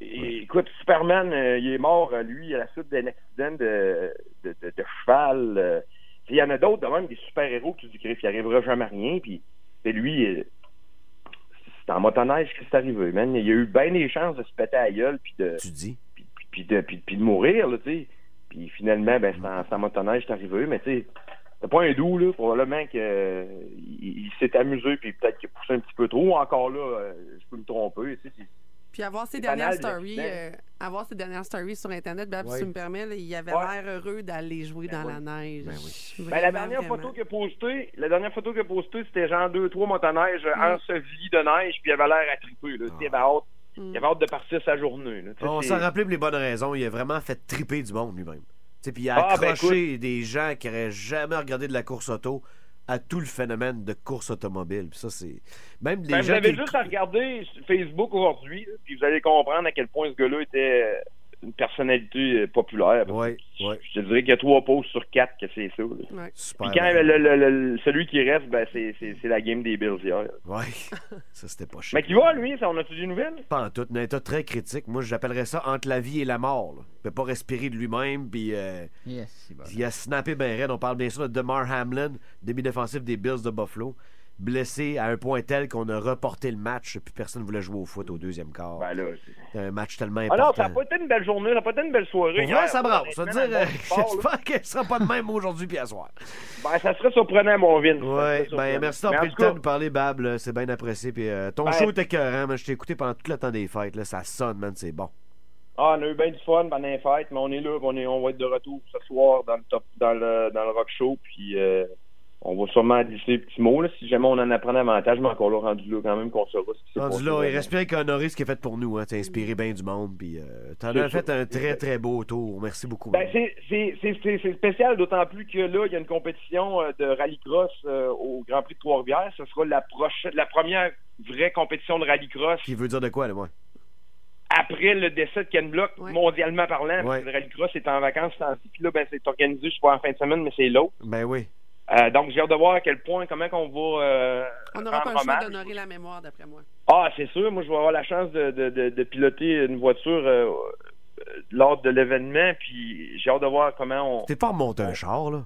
S10: et- Écoute, Superman, euh, il est mort, euh, lui, à la suite d'un accident de, de, de- de cheval. euh. Puis Il y en a d'autres, de même, des super-héros que tu te dis, Griff, il arrivera jamais rien. Puis c'est lui, euh, c'est en motoneige que c'est arrivé, man. Il a eu bien des chances de se péter à la gueule, puis de
S5: Tu dis?
S10: puis, puis- puis de, puis, puis de mourir, là, tu sais. Puis Puis finalement, ben, c'est en, c'est en motoneige, c'est arrivé. Mais tu sais, c'est pas un doux, là. Probablement qu'il il, il s'est amusé, puis peut-être qu'il a poussé un petit peu trop. Encore là, euh, je peux me tromper. Tu sais, c'est-
S7: Puis avoir ses
S10: C'est
S7: dernières
S10: banal,
S7: stories,
S10: l'accident.
S7: euh, avoir ses dernières stories sur internet, ben,
S5: Ouais.
S7: si tu me permets, là, il avait
S10: Ouais.
S7: l'air heureux d'aller jouer dans la neige.
S5: Ben
S10: Ben, la
S7: Vraiment,
S10: dernière
S7: vraiment.
S10: photo qu'il a postée, la dernière photo qu'il a postée, c'était genre deux, trois motoneiges euh, ensevelis de neige, puis il avait l'air à triper, là. Tu sais, Il avait hâte, il avait hâte de partir sa journée, là. Tu sais,
S5: On
S10: c'est-
S5: s'en rappelait pour les bonnes raisons. Il a vraiment fait triper du monde lui-même. Tu sais, Puis il a
S10: Ah, ben,
S5: accroché des gens qui n'auraient jamais regardé de la course auto à tout le phénomène de course automobile. Puis ça, c'est. Même des
S10: Ben, vous
S5: gens.
S10: avez
S5: qui-
S10: juste à regarder sur Facebook aujourd'hui, là, puis vous allez comprendre à quel point ce gars-là était euh, une personnalité euh, populaire.
S5: Ouais, ouais.
S10: Je te dirais qu'il y a trois pauses sur quatre que c'est ça. là.
S5: Super.
S10: Puis quand
S5: bien.
S10: le- le- le- le- celui qui reste, ben, c'est c'est- c'est la game des Bills hier.
S5: Ouais. Ça, c'était pas chic.
S10: Mais qui va, lui? Ça, on a-tu des nouvelles?
S5: Pas en tout, un état très critique. Moi, j'appellerais ça entre la vie et la mort. là. Il peut pas respirer de lui-même, puis euh,
S6: Yes, c'est bon.
S5: il a snappé ben raide. On parle bien sûr de DeMar Hamlin, demi-défensif des Bills de Buffalo, blessé à un point tel qu'on a reporté le match, puis personne ne voulait jouer au foot au deuxième quart.
S10: Ben là, c'est-
S5: C'était un match tellement
S10: Ah
S5: important.
S10: non, ça n'a pas été une belle journée, ça n'a pas été une belle soirée.
S5: Pour vrai,
S10: hier,
S5: ça
S10: là,
S5: brasse. Ça veut
S10: honnêtement,
S5: dire,
S10: dans
S5: euh,
S10: le sport, là.
S5: j'espère qu'elle sera pas de même aujourd'hui puis à soir.
S10: Ben, ça serait surprenant, mon Vin.
S5: Ouais, ben merci d'avoir pris le temps de nous parler, Bab. là. C'est bien apprécié. Puis euh, ton
S10: Ben-
S5: show était écœurant, man. Je t'ai écouté pendant tout le temps des fêtes. Là. Ça sonne, man. C'est bon.
S10: Ah, on a eu bien du fun pendant les fêtes, mais on est là, puis on, est, on va être de retour ce soir dans le top, dans le, dans le rock show, puis euh, on va sûrement glisser des petits mots, là, si jamais on en apprend davantage, mais encore là, rendu là quand même qu'on saura ce qui s'est
S5: Rendu
S10: passé,
S5: là, il
S10: vraiment.
S5: reste plus qu'à honorer ce qui est fait pour nous. Hein. T'as inspiré bien du monde. Puis euh, t'en
S10: C'est
S5: as
S10: sûr.
S5: fait un très, très beau tour. Merci beaucoup.
S10: Ben,
S5: man.
S10: c'est- c'est c'est- c'est- c'est spécial, d'autant plus que là, il y a une compétition euh, de rallycross euh, au Grand Prix de Trois-Rivières. Ce sera la, prochaine, la première vraie compétition de rallycross
S5: Qui veut dire de quoi, là, moi?
S10: après le décès de Ken Block,
S7: Ouais.
S10: mondialement parlant, parce
S5: Ouais.
S10: que le rallycross est en vacances ce temps-ci, puis là, ben, c'est organisé, je crois, en fin de semaine, mais c'est l'autre.
S5: Ben oui.
S10: Euh, donc, j'ai hâte de voir à quel point, comment qu'on va... euh,
S7: On n'aura pas
S10: rendre
S7: le choix
S10: hommage.
S7: d'honorer la mémoire, d'après moi.
S10: Ah, c'est sûr, moi, je vais avoir la chance de, de, de, de piloter une voiture euh, euh, lors de l'événement, puis j'ai hâte de voir comment on...
S5: T'es pas remonté un char, là.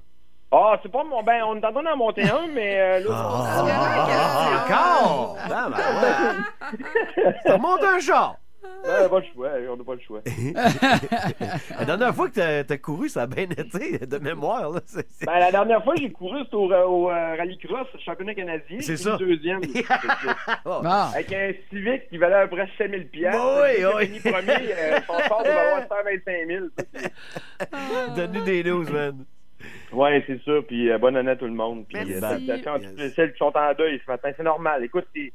S10: Ah, c'est pas mon... Ben, on est en train d'en monter un, mais euh, là,
S5: Ah,
S10: on-
S5: ah, ah, encore! Ah, ben ouais. T'as remonté un char!
S10: Ben, on a pas le choix, on n'a pas le choix.
S5: La dernière fois que t'as- t'as couru, ça a bien été de mémoire. Là. C'est- c'est-
S10: Ben, la dernière fois, j'ai couru, c'était au, au euh, rallycross, championnat canadien,
S5: C'est
S10: puis
S5: ça.
S10: deuxième.
S5: Oh.
S6: Bon.
S10: Avec un Civic qui valait à peu près 7 000 piastres.
S5: Bah oui,
S10: Le gars qui a
S5: oui.
S10: fini premier, euh, son sort de valoir 125 000.
S5: Donne-nous des news, man.
S10: Oui, c'est sûr. Puis euh, bonne année à tout le monde. Puis
S7: Merci.
S10: euh, salutations à
S5: Yes.
S10: toutes celles qui sont en deuil ce matin. C'est normal. Écoute, c'est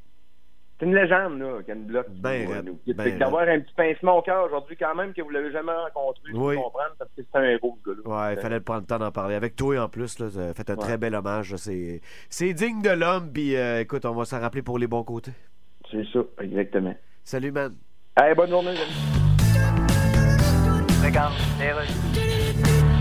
S10: c'est une légende, là, Ken Block.
S5: Ben
S10: Nous,
S5: raide,
S10: nous.
S5: ben
S10: Fait que D'avoir un petit pincement au cœur aujourd'hui, quand même, que vous l'avez jamais rencontré, je
S5: Oui.
S10: peux comprendre, parce que c'est un héros, ce gars-là.
S5: Ouais, il fallait prendre le temps d'en parler. Avec toi, en plus, là, t'as fait un très bel hommage. là. C'est c'est digne de l'homme. Puis euh, écoute, on va s'en rappeler pour les bons côtés.
S10: C'est ça, exactement.
S5: Salut, man.
S10: Allez, bonne journée, les amis.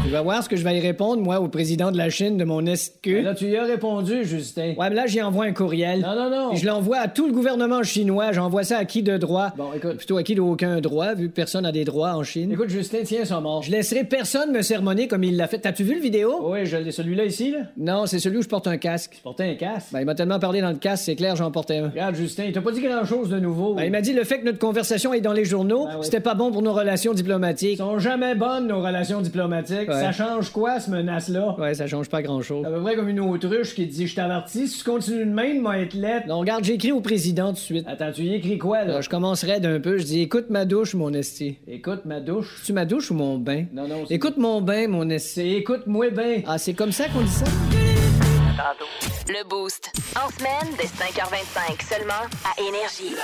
S8: Tu vas voir ce que je vais y répondre, moi, au président de la Chine de mon SQ.
S4: Ben Là, tu y as répondu, Justin.
S8: Ouais, mais là, j'y envoie un courriel.
S4: Non, non, non.
S8: Puis je l'envoie à tout le gouvernement chinois. J'envoie ça à qui de droit?
S4: Bon, écoute.
S8: Plutôt à qui n'a aucun droit, vu que personne n'a des droits en Chine.
S4: Écoute, Justin, tiens son mort.
S8: Je laisserai personne me sermonner comme il l'a fait. T'as-tu vu le vidéo?
S4: Oui, je l'ai. Celui-là ici, là.
S8: Non, c'est celui où je porte un casque.
S4: Portait un casque.
S8: Ben, il m'a tellement parlé dans le casque, c'est clair, j'en portais un.
S4: Regarde, Justin, il t'a pas dit grand-chose de nouveau.
S8: Ben, il m'a dit le fait que notre conversation est dans les journaux,
S4: Ben oui.
S8: c'était pas bon pour nos relations diplomatiques.
S4: sont jamais bonnes, nos relations diplomatiques.
S8: Ouais.
S4: Ça change quoi, ce menace-là?
S8: Ouais, ça change pas grand-chose.
S4: C'est à peu près comme une autruche qui dit Je t'avertis, si tu continues de même, moi être lettre.
S8: Non, regarde, j'écris au président tout de suite.
S4: Attends, tu y écris quoi, là?
S8: Alors, je commencerai d'un peu, je dis écoute ma douche, mon esti.
S4: Écoute ma douche.
S8: Tu ma douche ou mon bain?
S4: Non, non, c'est-
S8: Écoute mon bain, mon
S4: C'est
S8: esti.
S4: écoute-moi bien.
S8: Ah, c'est comme ça qu'on dit ça?
S1: Le Boost. En semaine, dès 5h25, seulement à Énergie.